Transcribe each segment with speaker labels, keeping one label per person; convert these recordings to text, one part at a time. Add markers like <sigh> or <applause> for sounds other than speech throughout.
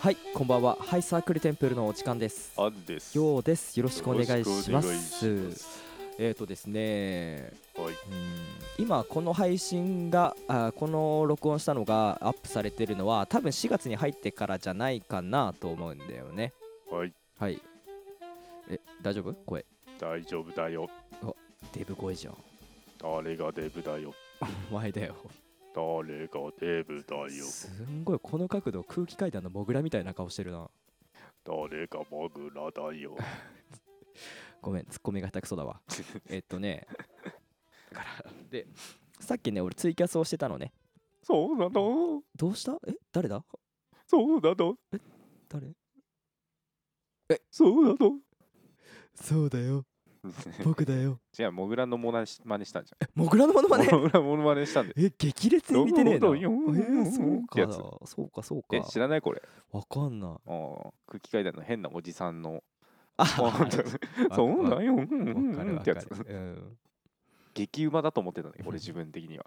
Speaker 1: はいこんばんはハイサークルテンプルのお時間です
Speaker 2: アンです。よ
Speaker 1: ようですよろ
Speaker 2: ろ
Speaker 1: しくお願いします
Speaker 2: す
Speaker 1: えっ、とですね
Speaker 2: はい。
Speaker 1: うん今この配信があこの録音したのがアップされてるのは多分4月に入ってからじゃないかなと思うんだよね
Speaker 2: はい。
Speaker 1: はいえ大丈夫声
Speaker 2: 大丈夫だよ。
Speaker 1: デブ声じゃん
Speaker 2: 誰がデブだよ。
Speaker 1: お前だよ
Speaker 2: 誰がデブだよ。
Speaker 1: すんごいこの角度空気階段のモグラみたいな顔してるな
Speaker 2: 誰がモグラだ
Speaker 1: <laughs>
Speaker 2: よ。
Speaker 1: ごめんツッコミが下手くそだ <laughs> わえっとねからでさっきね俺ツイキャスをしてたのね
Speaker 2: そうなの
Speaker 1: どうしたえ誰だ
Speaker 2: そうなの
Speaker 1: 誰
Speaker 2: そうなの
Speaker 1: そうだ <laughs> よ僕だよ
Speaker 2: じゃあ、モグラのモナし真似したんじゃ
Speaker 1: モグラのものま
Speaker 2: ん。
Speaker 1: ね
Speaker 2: モグラモノマネしたん
Speaker 1: <laughs>
Speaker 2: で。
Speaker 1: え激烈に見てねえな
Speaker 2: ど
Speaker 1: え
Speaker 2: うどうどう
Speaker 1: ーそう
Speaker 2: ってや
Speaker 1: か
Speaker 2: つ
Speaker 1: そうかそう
Speaker 2: え、
Speaker 1: か
Speaker 2: 知らないこれ。
Speaker 1: わかんない
Speaker 2: うん空気階段の変なおじさんの。
Speaker 1: あ <laughs>
Speaker 2: 本当にそう
Speaker 1: わ
Speaker 2: だよ。わ
Speaker 1: かるわか
Speaker 2: って
Speaker 1: る
Speaker 2: やつ。
Speaker 1: うん
Speaker 2: 激うまだと思ってたね、俺自分的には。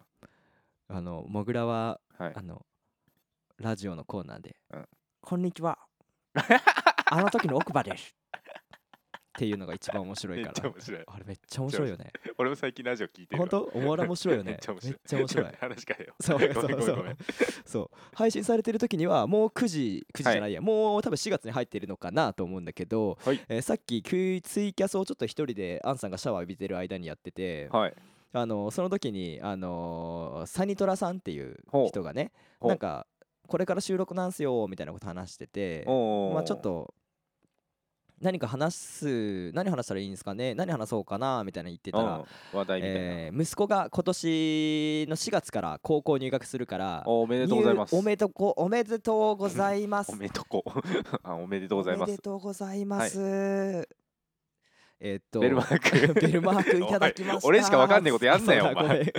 Speaker 1: あのモグラは
Speaker 2: はい
Speaker 1: あ。のラジオのコーナーで
Speaker 2: うん
Speaker 1: 「こんにち
Speaker 2: <laughs>
Speaker 1: はあの時の奥歯です」っていうのが一番面白い
Speaker 2: <laughs> めっ
Speaker 1: か
Speaker 2: ちゃ
Speaker 1: ら
Speaker 2: 面白い。
Speaker 1: あれめっちゃ面白いよね
Speaker 2: 俺も最近ラジオ聞いてるわ。
Speaker 1: 本当おもら面白いよね
Speaker 2: めっちゃ <laughs> 面
Speaker 1: め
Speaker 2: 白い
Speaker 1: っちゃ面白い
Speaker 2: <laughs> 話変えよ
Speaker 1: そうそう
Speaker 2: ごめんごめん
Speaker 1: そ
Speaker 2: ごめ
Speaker 1: うんそう配信されてる時にはもう9時9時じ
Speaker 2: はい
Speaker 1: ゃないや、もう多分4月に入ってるのかなと思うんだけど、
Speaker 2: はい
Speaker 1: えーさっきツイツイキャスをちょっと一人でアンさんがシャワー浴びてる間にやってて、
Speaker 2: はい。
Speaker 1: あのその時に、あのーサニトラさんっていう
Speaker 2: ほう
Speaker 1: 人がね
Speaker 2: ほう
Speaker 1: なんかこれから収録なんすよみたいなこと話してて
Speaker 2: おー
Speaker 1: まあちょっ。と何か話す何話したらいいんですかね何話そうかなみたいな言ってたら、
Speaker 2: うん話題みたいな。
Speaker 1: えー息子が今年の4月から高校入学するから
Speaker 2: おめでとうございます。
Speaker 1: 入おめでとこおめでとうございます
Speaker 2: おめでとこあおめでとう <laughs> ございま
Speaker 1: おめ
Speaker 2: す
Speaker 1: で。とうございます、えーっと
Speaker 2: ベルマーク。
Speaker 1: <laughs> ベルマークいただきました
Speaker 2: おい俺しかわかんねえことやんなよ
Speaker 1: そうだ
Speaker 2: お
Speaker 1: ごめ
Speaker 2: 前
Speaker 1: ん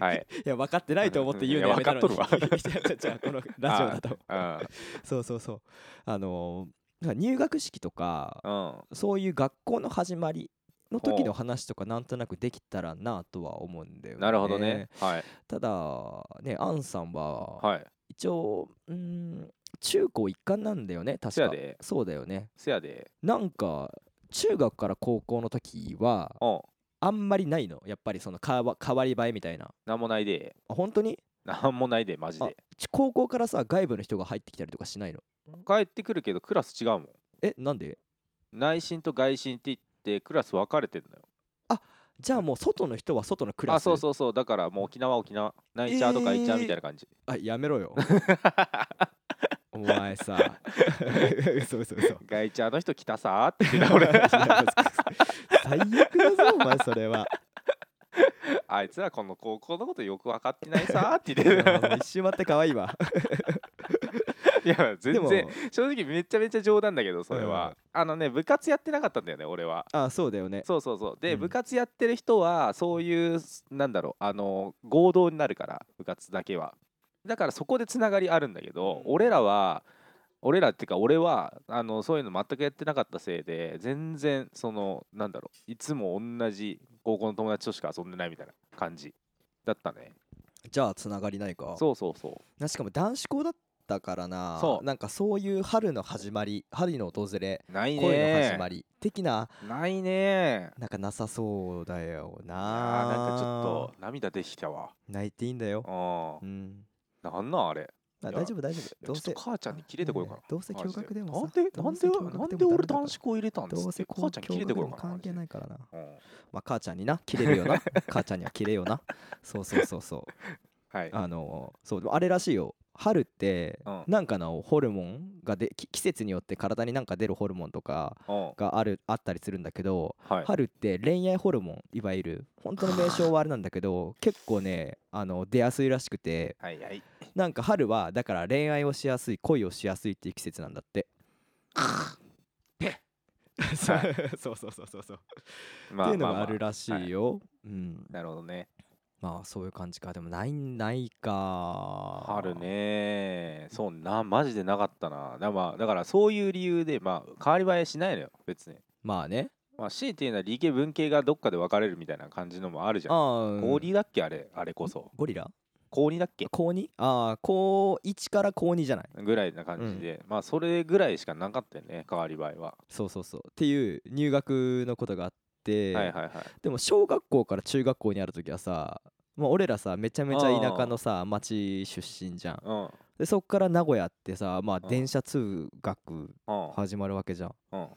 Speaker 2: はい。
Speaker 1: いや分かってないと思って言うのやめたのに
Speaker 2: いや分かっとる
Speaker 1: いや違う違うこのラジオだと
Speaker 2: あ
Speaker 1: そうそうそうあのーなんか入学式とか
Speaker 2: あ
Speaker 1: そういう学校の始まりの時
Speaker 2: ほ
Speaker 1: の
Speaker 2: う
Speaker 1: 話とかなんとなくできたらなとは思うんだよね
Speaker 2: うん。なるほどね。はい。
Speaker 1: ただねアンさんは
Speaker 2: はい。
Speaker 1: 一応うーん中高一貫なんだよね確
Speaker 2: せや
Speaker 1: か
Speaker 2: で
Speaker 1: そうだよね
Speaker 2: せやで。
Speaker 1: なんか中学から高校の時は
Speaker 2: うん。
Speaker 1: あんまりないのやっぱりその変わ変わり映えみたいな
Speaker 2: なんもないで。
Speaker 1: あ本当に
Speaker 2: なんもないで、マジ
Speaker 1: あ
Speaker 2: で。
Speaker 1: ち高校からさ外部の人が入ってきたりとかしないの
Speaker 2: 帰ってくるけど、クラス違うもん。
Speaker 1: えなんで
Speaker 2: 内心と外心って言って、クラス分かれてるのよ。
Speaker 1: じゃあもう外の人は外のクラス
Speaker 2: あ、そうそうそう。だからもう沖縄沖縄。内ちゃんと外ちゃんみたいな感じ。
Speaker 1: あやめ
Speaker 2: <laughs>
Speaker 1: ろよお前さ嘘嘘嘘
Speaker 2: 外ちゃんの人来たさーって言ってた俺
Speaker 1: <laughs> 最悪だぞお前それ
Speaker 2: <laughs>
Speaker 1: は
Speaker 2: あいつらこの高校のことよく分かってないさー
Speaker 1: <laughs>
Speaker 2: って
Speaker 1: い
Speaker 2: 言って
Speaker 1: や
Speaker 2: た
Speaker 1: もう一周待って可愛いわ
Speaker 2: いや
Speaker 1: で
Speaker 2: 全
Speaker 1: も
Speaker 2: 然正直めちゃめちゃ冗談だけどそれは、あのね部活やってなかったんだよね俺は
Speaker 1: あそうだよね
Speaker 2: そうそうそうで、
Speaker 1: うん
Speaker 2: 部活やってる人はそういうなんだろうあの合同になるから部活だけはだからそこでつながりあるんだけど、俺らは俺らっていうか俺はあのそういうの全くやってなかったせいで全然そのなんだろういつも同じ高校の友達としか遊んでないみたいな感じだったね
Speaker 1: じゃあつながりないか
Speaker 2: そうそうそう
Speaker 1: なしかも男子校だったからな
Speaker 2: そう
Speaker 1: なんかそういう春の始まり春の訪れ
Speaker 2: ないね
Speaker 1: 恋の始まり的な
Speaker 2: ないね
Speaker 1: なんかなさそうだよな
Speaker 2: あーなんかちょっと涙出てきたわ
Speaker 1: 泣いていいんだよ
Speaker 2: あ
Speaker 1: うん
Speaker 2: ーなんなんあれ
Speaker 1: あ
Speaker 2: いや
Speaker 1: 大丈夫大丈夫
Speaker 2: ちょ
Speaker 1: どう
Speaker 2: っと
Speaker 1: せ
Speaker 2: 母ちゃんに切れてこようかな
Speaker 1: ねえどうせ共学でもさ
Speaker 2: マジで
Speaker 1: ど
Speaker 2: なん
Speaker 1: う
Speaker 2: で
Speaker 1: せ
Speaker 2: なん
Speaker 1: 共学
Speaker 2: でなん
Speaker 1: でも
Speaker 2: で
Speaker 1: ダメ
Speaker 2: 俺
Speaker 1: だから
Speaker 2: 男子校入れたん
Speaker 1: ど
Speaker 2: です
Speaker 1: う
Speaker 2: って
Speaker 1: せ
Speaker 2: 母
Speaker 1: 共
Speaker 2: ちゃん切
Speaker 1: 共
Speaker 2: れ
Speaker 1: 学
Speaker 2: て
Speaker 1: で
Speaker 2: こよう
Speaker 1: も
Speaker 2: かな
Speaker 1: 関係
Speaker 2: マ
Speaker 1: ないからな
Speaker 2: ジでうん
Speaker 1: まあ母ちゃんにな切れるよ
Speaker 2: <laughs>
Speaker 1: な母ちゃんには切れよなそうそうそうそう
Speaker 2: はい
Speaker 1: あのそうでもあれらしいよ春って
Speaker 2: うん
Speaker 1: なんかのホルモンができ季節によって体になんか出るホルモンとか
Speaker 2: うん
Speaker 1: があるあったりするんだけど
Speaker 2: はい
Speaker 1: 春って恋愛ホルモンいわゆる本当の名称はあれなんだけど結構ねあの出やすいらしくて
Speaker 2: はいはい
Speaker 1: なんか春はだから恋愛をしやすい恋をしやすいっていう季節なんだって。
Speaker 2: <laughs>
Speaker 1: そう
Speaker 2: は
Speaker 1: <laughs> そうそうそうそうそう。っ
Speaker 2: ま
Speaker 1: てい
Speaker 2: あ
Speaker 1: うの
Speaker 2: まあ
Speaker 1: があ
Speaker 2: ま
Speaker 1: る
Speaker 2: あ
Speaker 1: らしいよ。うん、
Speaker 2: なるほどね
Speaker 1: まあそういう感じかでもないないか
Speaker 2: 春ねそうなマジでなかったなだまあだからそういう理由でまあ変わり映えしないのよ別に
Speaker 1: まあね
Speaker 2: まあ C っていうのは理系文系がどっかで分かれるみたいな感じのもあるじゃん
Speaker 1: ああ
Speaker 2: 合理だっけあれあれこそ
Speaker 1: ゴリラ
Speaker 2: 高2だっけ
Speaker 1: 高 2? ああ高1から高2じゃない
Speaker 2: ぐらいな感じで、まあそれぐらいしかなかったよね変わり映えは、
Speaker 1: そうそうそうっていう入学のことがあって、
Speaker 2: はいはいはい
Speaker 1: でも小学校から中学校にある時はさもう俺らさめちゃめちゃ田舎のさ町出身じゃん
Speaker 2: うん
Speaker 1: でそっから名古屋ってさまあ
Speaker 2: うん
Speaker 1: 電車通学
Speaker 2: うん
Speaker 1: 始まるわけじゃん
Speaker 2: うん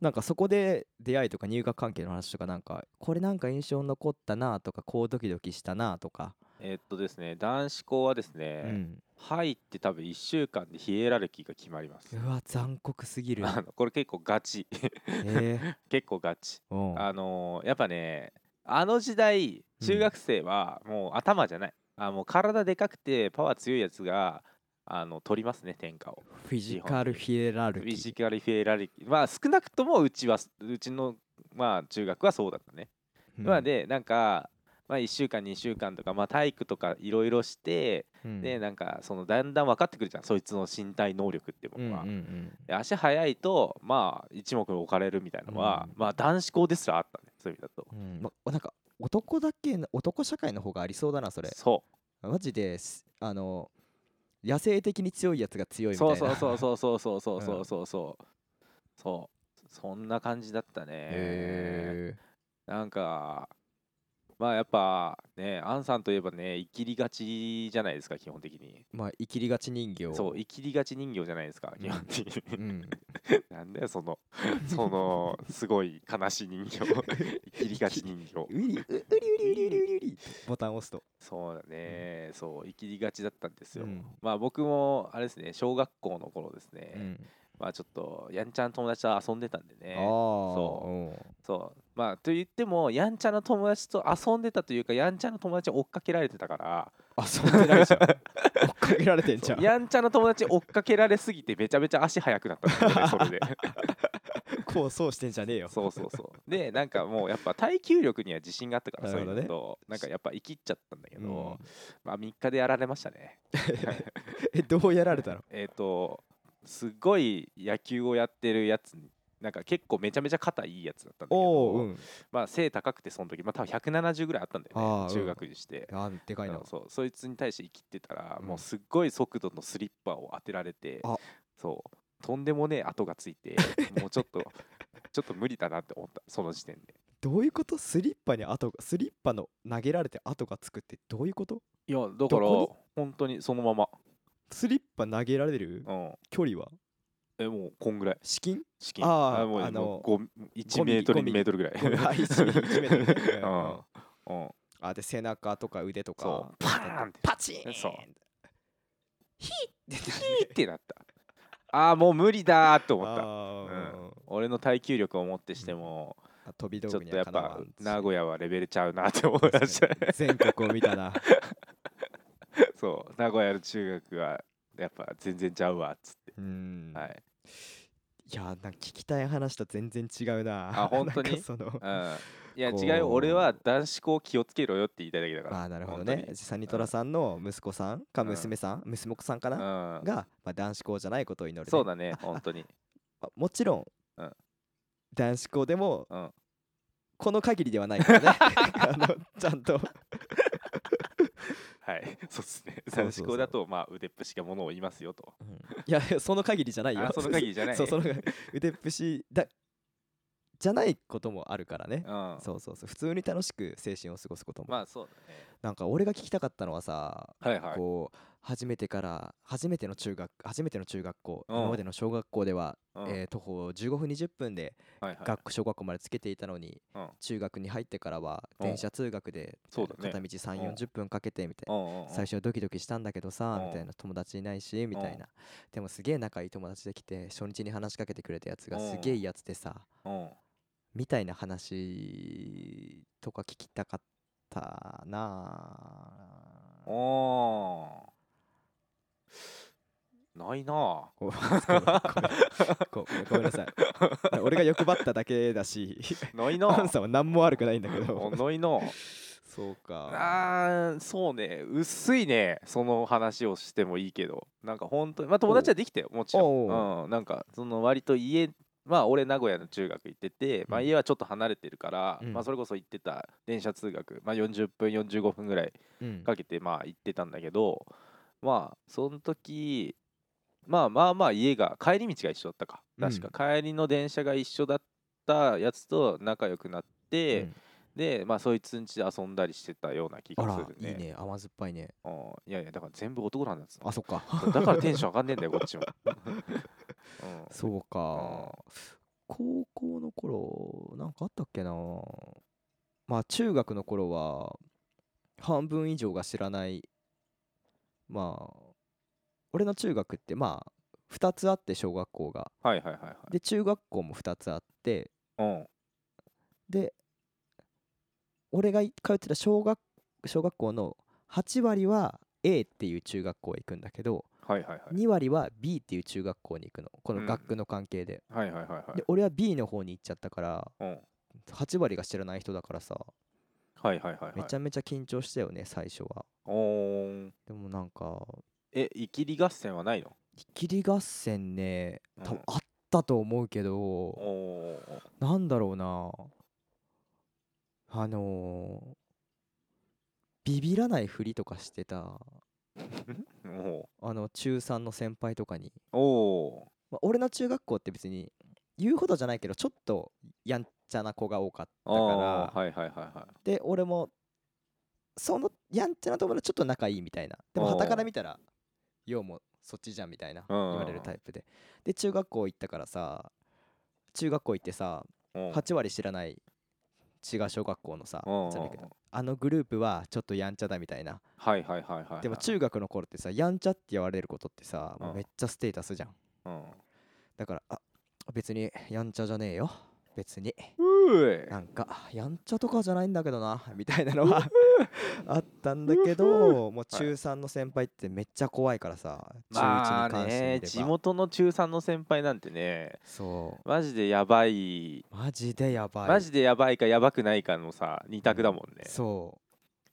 Speaker 1: なんかそこで出会いとか入学関係の話とかなんかこれなんか印象に残ったなとかこうドキドキしたなとか、
Speaker 2: えっとですね男子校はですね、入って多分1週間でヒエラルキーが決まります
Speaker 1: うんうわ残酷すぎる
Speaker 2: <laughs> あのこれ結構ガチ <laughs>
Speaker 1: ええ
Speaker 2: 結構ガチ
Speaker 1: うん
Speaker 2: あのーやっぱねあの時
Speaker 1: う
Speaker 2: 代
Speaker 1: ん
Speaker 2: 中学生はもう頭じゃない、あもう体でかくてパワー強いやつがあの取りますね天下を
Speaker 1: フィジカルヒエラ
Speaker 2: フ
Speaker 1: ルキ
Speaker 2: ィジ
Speaker 1: ー
Speaker 2: カルフィエラルキーまあ少なくともうちはうちのまあ中学はそうだったね、まあ、でなんかまあ1週間2週間とか、まあ、体育とかいろいろして、
Speaker 1: うんうん
Speaker 2: でなんかそのだんだん分かってくるじゃんそいつの身体能力っても
Speaker 1: うんう
Speaker 2: の
Speaker 1: ん
Speaker 2: は、
Speaker 1: うん
Speaker 2: で足速いとまあ一目置かれるみたいなのは、
Speaker 1: うん
Speaker 2: まあ男子校ですらあったねそういう意味だと
Speaker 1: うんまなんか男だけの男社会の方がありそうだなそれ
Speaker 2: そう
Speaker 1: マジですあの野生的に強いやつが強いみたい
Speaker 2: そう
Speaker 1: な
Speaker 2: そうそう
Speaker 1: う
Speaker 2: そうそうそうそうそうそうそうそうそんな感じだったね
Speaker 1: へ
Speaker 2: なんかまあやっぱねアンさんといえばね生きりがちじゃないですか基本的に
Speaker 1: えまあ生きりがち人形
Speaker 2: そう生きりがち人形じゃないですか
Speaker 1: うん
Speaker 2: 基本的に、
Speaker 1: うん、
Speaker 2: なんだよその <laughs> そのすごい悲しい人
Speaker 1: <laughs>
Speaker 2: 形生きりがち人形
Speaker 1: ウ <laughs> リううりうりうりうりうりうりボタンを押すと、
Speaker 2: そうだね、そう生きりがちだったんですよ、
Speaker 1: うん
Speaker 2: まあ僕もあれですね小学校の頃ですね、
Speaker 1: うん、
Speaker 2: まあちょっとやんちゃん友達と遊んでたんでね
Speaker 1: ああ
Speaker 2: そそうまあと言ってもやんちゃな友達と遊んでたというかやんちゃな友達に追っかけられてたから
Speaker 1: 遊んでないじゃん追っかけられてんじゃん
Speaker 2: やんちゃな友達に追っかけられすぎてめちゃめちゃ足速くなったんですよねそ
Speaker 1: <laughs>
Speaker 2: れで
Speaker 1: こうそうしてんじゃねえよ
Speaker 2: そうそうそうでなんかもうやっぱ耐久力には自信があったから
Speaker 1: な
Speaker 2: そう
Speaker 1: る
Speaker 2: い
Speaker 1: ほ
Speaker 2: う
Speaker 1: ど
Speaker 2: の
Speaker 1: ね
Speaker 2: となんかやっぱ生きっちゃったんだけ
Speaker 1: うん <laughs>
Speaker 2: ど、まあ3日でやられましたね
Speaker 1: えどうやられたの
Speaker 2: えっ、とすごい野球をやってるやつになんか結構めちゃめちゃ肩いいやつだったんだけ
Speaker 1: お
Speaker 2: ど、
Speaker 1: おうん
Speaker 2: まあ背高くてその時まあ多分170ぐらいあったんだよ
Speaker 1: あー
Speaker 2: ね中学にして、
Speaker 1: あーでかい
Speaker 2: あ
Speaker 1: な
Speaker 2: のそうそいつに対して生きてたら、
Speaker 1: うん
Speaker 2: もうすっごい速度のスリッパを当てられて
Speaker 1: あ
Speaker 2: そうとんでもねえ跡がついてもうちょっ
Speaker 1: <laughs>
Speaker 2: とちょっと無理だなって思ったその時点で
Speaker 1: どういうことスリッパに跡がスリッパの投げられて跡がつくってどういうこと
Speaker 2: いやだから
Speaker 1: ど
Speaker 2: 本当にそのまま、
Speaker 1: スリッパ投げられる
Speaker 2: うん、
Speaker 1: 距離は
Speaker 2: えもうこんぐらい
Speaker 1: 至近
Speaker 2: 資金
Speaker 1: あー
Speaker 2: もう
Speaker 1: あの
Speaker 2: もうご1メートル
Speaker 1: 5ミリ
Speaker 2: 2メートルぐらい
Speaker 1: ごめんあ1ミリ1メートルね
Speaker 2: うん
Speaker 1: うん
Speaker 2: うん
Speaker 1: あで背中とか腕とか
Speaker 2: そうパーンって
Speaker 1: パチン
Speaker 2: そう
Speaker 1: ヒッって
Speaker 2: ピーってなったああもう無理だーって思った
Speaker 1: あー
Speaker 2: 俺の耐久力をもってしても、
Speaker 1: あ飛び道
Speaker 2: ちょ
Speaker 1: 具
Speaker 2: っ
Speaker 1: に
Speaker 2: とや
Speaker 1: は
Speaker 2: っ
Speaker 1: かな
Speaker 2: ぱ
Speaker 1: わん
Speaker 2: 名古屋はレベルちゃうなって思いま
Speaker 1: <laughs>
Speaker 2: したね
Speaker 1: 全国を見た
Speaker 2: <laughs>
Speaker 1: な
Speaker 2: そう名古屋の中学はやっぱ全然ちゃうわっつっ
Speaker 1: うん
Speaker 2: て、はい
Speaker 1: いやーなんか聞きたい話と全然違うな
Speaker 2: あ本当に
Speaker 1: なんかその
Speaker 2: うん、いや
Speaker 1: こう
Speaker 2: 違うよ俺は男子校気をつけろよって言いたいだけだから
Speaker 1: あーなるほど
Speaker 2: 本
Speaker 1: ね
Speaker 2: 当に
Speaker 1: 実際にトラさんの息子さんか娘さん娘子さんかな
Speaker 2: うん
Speaker 1: がまあ男子校じゃないことを祈るね
Speaker 2: そうだね本当に
Speaker 1: まあもちろん、
Speaker 2: うん
Speaker 1: 男子校でも、
Speaker 2: うん
Speaker 1: この限りではない
Speaker 2: <laughs>
Speaker 1: からねあのちゃんと
Speaker 2: はい <laughs> そうですね
Speaker 1: そうそう
Speaker 2: 男子校だとまあ腕っぷしがものを言いますよと
Speaker 1: いやその限りじゃないよ
Speaker 2: あその限りじゃない
Speaker 1: そうその腕っぷしだじゃないこともあるからね
Speaker 2: う、ん
Speaker 1: そうそうそう普通に楽しく青春を過ごすことも、
Speaker 2: まあそうだね
Speaker 1: なんか俺が聞きたかったのはさ、
Speaker 2: はいはい
Speaker 1: こう初めてから初めての中学初めての中学校、
Speaker 2: うん
Speaker 1: 今までの小学校では、
Speaker 2: うん
Speaker 1: えー徒歩15分20分で
Speaker 2: はいはい
Speaker 1: 学小学校までつけていたのに、
Speaker 2: うん
Speaker 1: 中学に入ってからは
Speaker 2: うん
Speaker 1: 電車通学で、
Speaker 2: そうだね
Speaker 1: 片道3
Speaker 2: うん
Speaker 1: 4 0分かけてみたいな、
Speaker 2: うんうんうん
Speaker 1: 最初ドキドキしたんだけどさ、
Speaker 2: うん
Speaker 1: みたいな友達いないしみたいな、でもすげえ仲いい友達できて初日に話しかけてくれたやつが
Speaker 2: うん
Speaker 1: すげえいいやつでさ、
Speaker 2: うん
Speaker 1: みたいな話とか聞きたかったなあ
Speaker 2: あーないなあ
Speaker 1: ごめんなさいごめんごめんごめんなさい
Speaker 2: <laughs>
Speaker 1: 俺が欲張っただけだし
Speaker 2: ないな
Speaker 1: ア <laughs>
Speaker 2: あ
Speaker 1: ンさんは何も悪くないんだけ
Speaker 2: お
Speaker 1: ど
Speaker 2: ないなあ
Speaker 1: そうか
Speaker 2: あーそうね薄いねその話をしてもいいけどなんか本当にまあ友達はできたよもちろ、
Speaker 1: おうん
Speaker 2: うん、なんかその割と家まあ俺名古屋の中学行ってて、まあ、
Speaker 1: うん
Speaker 2: 家はちょっと離れてるから、
Speaker 1: うん
Speaker 2: まあ、それこそ行ってた電車通学、まあ、40分45分ぐらい
Speaker 1: うん
Speaker 2: かけてまあ行ってたんだけどまあその時まあまあまあ家が帰り道が一緒だったか
Speaker 1: うん
Speaker 2: 確か、帰りの電車が一緒だったやつと仲良くなって、
Speaker 1: うん
Speaker 2: でまあそいつん家で遊んだりしてたような気
Speaker 1: あ
Speaker 2: が
Speaker 1: ら
Speaker 2: する
Speaker 1: い
Speaker 2: ね
Speaker 1: いね甘酸っぱいね
Speaker 2: うんいやいやだから全部男なんだっつうの
Speaker 1: あそっか
Speaker 2: そうだからテンション上がんねえんだよこっちも、うん
Speaker 1: <laughs> そう <laughs> か
Speaker 2: あ
Speaker 1: 高校の頃なんかあったっけなまあ中学の頃は半分以上が知らないまあ俺の中学ってまあ2つあって小学校が
Speaker 2: はいはいはいはい
Speaker 1: で中学校も2つあって
Speaker 2: うん
Speaker 1: で俺がい通ってた小学小学校の8割は A っていう中学校へ行くんだけど
Speaker 2: はいはいはい
Speaker 1: 2割は B っていう中学校に行くのこ
Speaker 2: う
Speaker 1: の
Speaker 2: ん
Speaker 1: 学区の関係で、
Speaker 2: はいはいはいは
Speaker 1: で
Speaker 2: い
Speaker 1: 俺は B の方に行っちゃったから
Speaker 2: うん
Speaker 1: 8割が知らない人だからさ
Speaker 2: はいはいはい
Speaker 1: め
Speaker 2: は
Speaker 1: ち
Speaker 2: い
Speaker 1: ゃめちゃ緊張したよね最初は
Speaker 2: おーん
Speaker 1: でもなんか
Speaker 2: えイキリ合戦はないの
Speaker 1: 切り合戦ね多分
Speaker 2: うん
Speaker 1: あったと思うけど、
Speaker 2: おー
Speaker 1: なんだろうなあのービビらないふりとかしてた
Speaker 2: お
Speaker 1: あの中3の先輩とかに、
Speaker 2: ーお
Speaker 1: まあ、俺の中学校って別に言うほどじゃないけどちょっとやんちゃな子が多かった
Speaker 2: ーあ
Speaker 1: か
Speaker 2: ー
Speaker 1: ら
Speaker 2: はいはいはいはい
Speaker 1: で俺もそのやんちゃな友達ちょっと仲いいみたいなでも
Speaker 2: おー
Speaker 1: 傍から見たら「ようもそっちじゃん」みたいな
Speaker 2: う
Speaker 1: 言
Speaker 2: ん
Speaker 1: われるタイプでで中学校行ったからさ中学校行ってさ
Speaker 2: うん
Speaker 1: 8割知らない違う小学校のさ
Speaker 2: うん
Speaker 1: じゃないけどあのグループはちょっとやんちゃだみたいな
Speaker 2: はいはいはいはいはい
Speaker 1: でも中学の頃ってさやんちゃって言われることってさもううんめっちゃステータスじゃん
Speaker 2: うん
Speaker 1: だからあ別にやんちゃじゃねえよ別に
Speaker 2: うーい
Speaker 1: なんかやんちゃとかじゃないんだけどなみたいなのはあったんだけどもう中3の先輩ってめっちゃ怖いからさ中
Speaker 2: ま
Speaker 1: 1
Speaker 2: あ
Speaker 1: に関して
Speaker 2: ね
Speaker 1: み
Speaker 2: 地
Speaker 1: れば
Speaker 2: 元の中3の先輩なんてね
Speaker 1: そ
Speaker 2: マジでやばいう
Speaker 1: マジでやばい
Speaker 2: マジでやばいかやばくないかのさ二択だもんね
Speaker 1: そ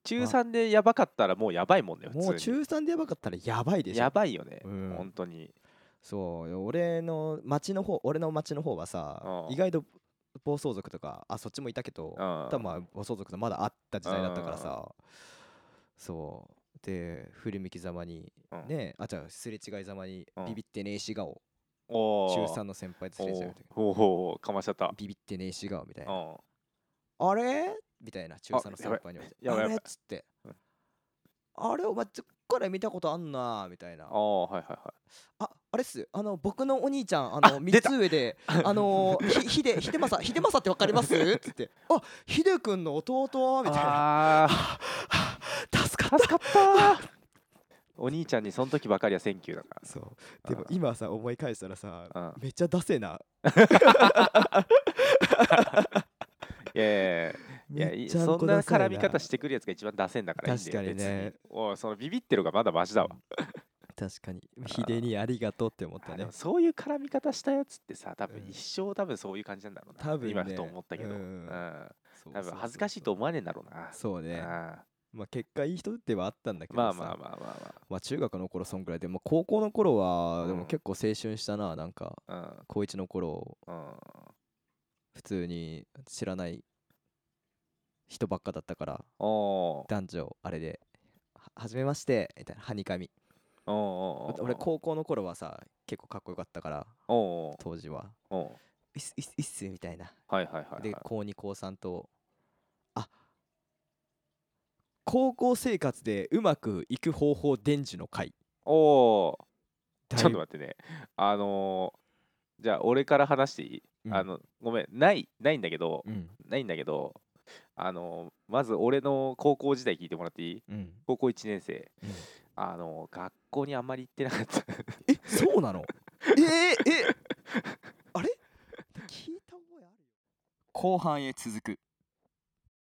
Speaker 2: 中3でやばかったらもうやばいもんね
Speaker 1: う
Speaker 2: 普通に
Speaker 1: もう中3でやばかったらやばいでしょ
Speaker 2: やばいよね、
Speaker 1: うん
Speaker 2: 本当に
Speaker 1: そう俺の町の方俺の町の方はさ
Speaker 2: うん
Speaker 1: 意外と暴走族とかあそっちもいたけど
Speaker 2: うん
Speaker 1: たまあ暴走族のまだあった時代だったからさそうで振り向きざまに
Speaker 2: うん
Speaker 1: ねあじゃあすれ違いざまに
Speaker 2: うん
Speaker 1: ビビってねえし顔
Speaker 2: お
Speaker 1: 中
Speaker 2: ー
Speaker 1: 3の先輩とすれ違う時
Speaker 2: おーおーおーかましちゃった
Speaker 1: ビビってねえし顔みたいな
Speaker 2: うん
Speaker 1: あれみたいな中3の先輩に言
Speaker 2: やば
Speaker 1: われてあ
Speaker 2: いやばい
Speaker 1: れ
Speaker 2: やばい
Speaker 1: っつって
Speaker 2: うん
Speaker 1: あれお前どっから見たことあんなみたいな
Speaker 2: ああはいはいは
Speaker 1: ああれっすあの僕のお兄ちゃんあの三
Speaker 2: 出た
Speaker 1: つ上であ
Speaker 2: <laughs>
Speaker 1: のひひでひでまさひでまさってわかりますっつってあひでくんの弟
Speaker 2: い
Speaker 1: みたいな
Speaker 2: あ
Speaker 1: <laughs> 助かった
Speaker 2: ーお兄ちゃんにその時ばかりはセンキューだか
Speaker 1: そうでも今さ思い返したらさ
Speaker 2: ら、うん、
Speaker 1: めっちゃダセな
Speaker 2: いやいやいやい
Speaker 1: め
Speaker 2: や
Speaker 1: っちゃ
Speaker 2: そんな絡み方しててくるやつが一番ダセんだからいいんだよ
Speaker 1: 確かにね
Speaker 2: 別おいそのビビってるがまだマシだわ、
Speaker 1: 確かにひでにありがとうって思った
Speaker 2: あで
Speaker 1: ね
Speaker 2: もそういう絡み方したやつってさ多分
Speaker 1: うん
Speaker 2: 一生多分そういう感じなんだろうな、
Speaker 1: 多分ね
Speaker 2: 今ふと思ったけど、
Speaker 1: う
Speaker 2: うんん
Speaker 1: そう
Speaker 2: 多
Speaker 1: そう
Speaker 2: 分
Speaker 1: そう
Speaker 2: 恥ずかしいと思わねえんだろうな
Speaker 1: そうね
Speaker 2: あ
Speaker 1: まあ結果いい人ではあったんだ
Speaker 2: ー
Speaker 1: けど
Speaker 2: まあ
Speaker 1: さ
Speaker 2: まあまあまあ
Speaker 1: まあ中学の頃そんくらいでも高校の頃はで
Speaker 2: う
Speaker 1: も
Speaker 2: ん
Speaker 1: 結構青春したななんか
Speaker 2: まあ
Speaker 1: 高一の頃
Speaker 2: うんうん
Speaker 1: 普通に知らない人ばっかだったから
Speaker 2: おー
Speaker 1: 男女あれで「ははじめまして」みたいなはにかみ
Speaker 2: おーおー
Speaker 1: 俺高校の頃はさ結構かっこよかったから
Speaker 2: おお
Speaker 1: 当時は
Speaker 2: おお
Speaker 1: 「いっすいっすいっす」みたいな
Speaker 2: はいはいはい
Speaker 1: で
Speaker 2: はい
Speaker 1: 高2高3とあ高校生活でうまくいく方法伝授の会
Speaker 2: おおちょっと待ってねあのーじゃあ俺から話していい、
Speaker 1: うん
Speaker 2: あのごめんないないんだけど
Speaker 1: うん
Speaker 2: ないんだけどあのまず俺の高校時代聞いてもらっていい
Speaker 1: うん、
Speaker 2: 高校1年生
Speaker 1: うん
Speaker 2: あの学校にあんまり行ってなかった
Speaker 1: えそう
Speaker 2: <laughs>
Speaker 1: なのえ <laughs> ええあれ聞いた覚えある後半へ続く